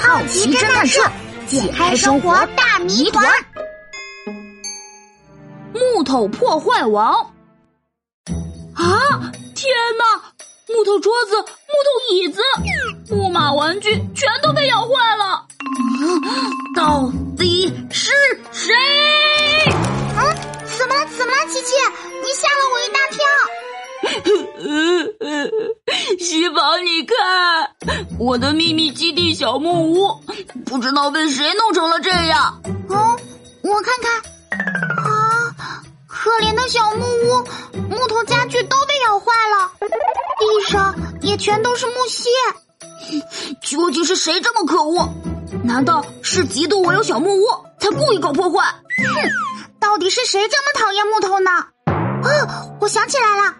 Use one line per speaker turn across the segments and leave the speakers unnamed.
好奇侦探社，解开生活大谜团。
木头破坏王啊！天哪！木头桌子、木头椅子、木马玩具全都被咬坏了。啊到底是 谁？
嗯，怎么了？怎么了，琪琪？你吓了我一大跳。
西宝，你看，我的秘密基地小木屋，不知道被谁弄成了这样。
哦，我看看。啊，可怜的小木屋，木头家具都被咬坏了，地上也全都是木屑。
究竟是谁这么可恶？难道是嫉妒我有小木屋，才故意搞破坏？
到底是谁这么讨厌木头呢？啊，我想起来了，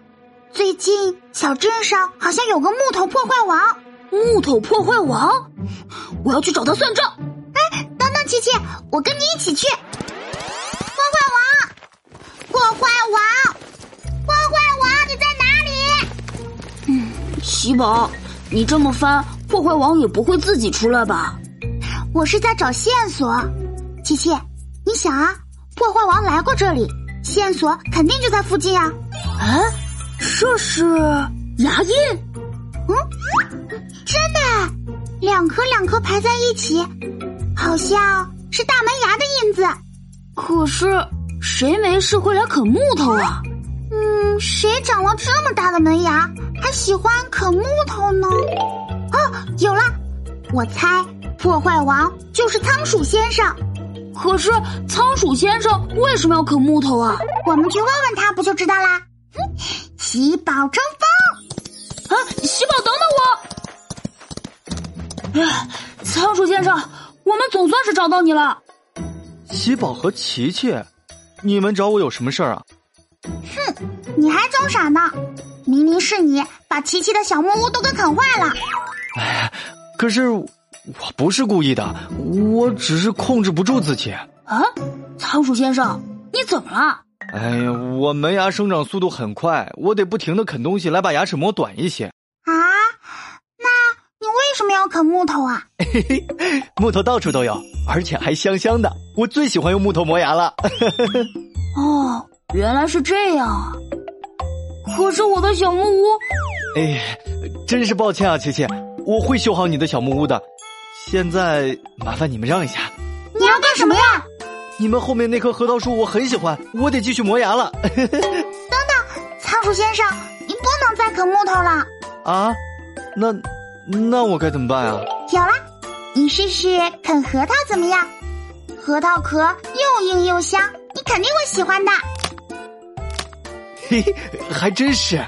最近小镇上好像有个木头破坏王。
木头破坏王，我要去找他算账。
哎，等等，琪琪，我跟你一起去。破坏王，破坏王，破坏王，你在哪里？
喜宝，你这么翻，破坏王也不会自己出来吧？
我是在找线索。琪琪，你想啊，破坏王来过这里，线索肯定就在附近啊。
哎，这是牙印，
嗯真的，两颗两颗排在一起，好像是大门牙的印子。
可是谁没事会来啃木头啊？
嗯，谁长了这么大的门牙，还喜欢啃木头呢？哦，有了，我猜破坏王就是仓鼠先生，
可是仓鼠先生为什么要啃木头啊？
我们去问问他不就知道啦？嗯哼喜宝冲锋，
啊，喜宝，等等我！哎，仓鼠先生，我们总算是找到你了。
喜宝和琪琪，你们找我有什么事儿啊？
你还装傻呢？明明是你把琪琪的小木屋都给啃坏了。啊
可是我不是故意的，我只是控制不住自己。
啊，仓鼠先生，你怎么了？
哎呀，我门牙生长速度很快，我得不停的啃东西来把牙齿磨短一些。
啊，那你为什么要啃木头啊？
木头到处都有，而且还香香的，我最喜欢用木头磨牙了。
哦，原来是这样啊！可是我的小木屋，
哎，真是抱歉啊，琪琪，我会修好你的小木屋的。现在麻烦你们让一下，
你要干什么呀？
你们后面那棵核桃树我很喜欢，我得继续磨牙了。哎
仓鼠先生，你不能再啃木头了。
啊，那那我该怎么办啊？
有了，你试试啃核桃怎么样？核桃壳又硬又香，你肯定会喜欢的。
嘿，还真是。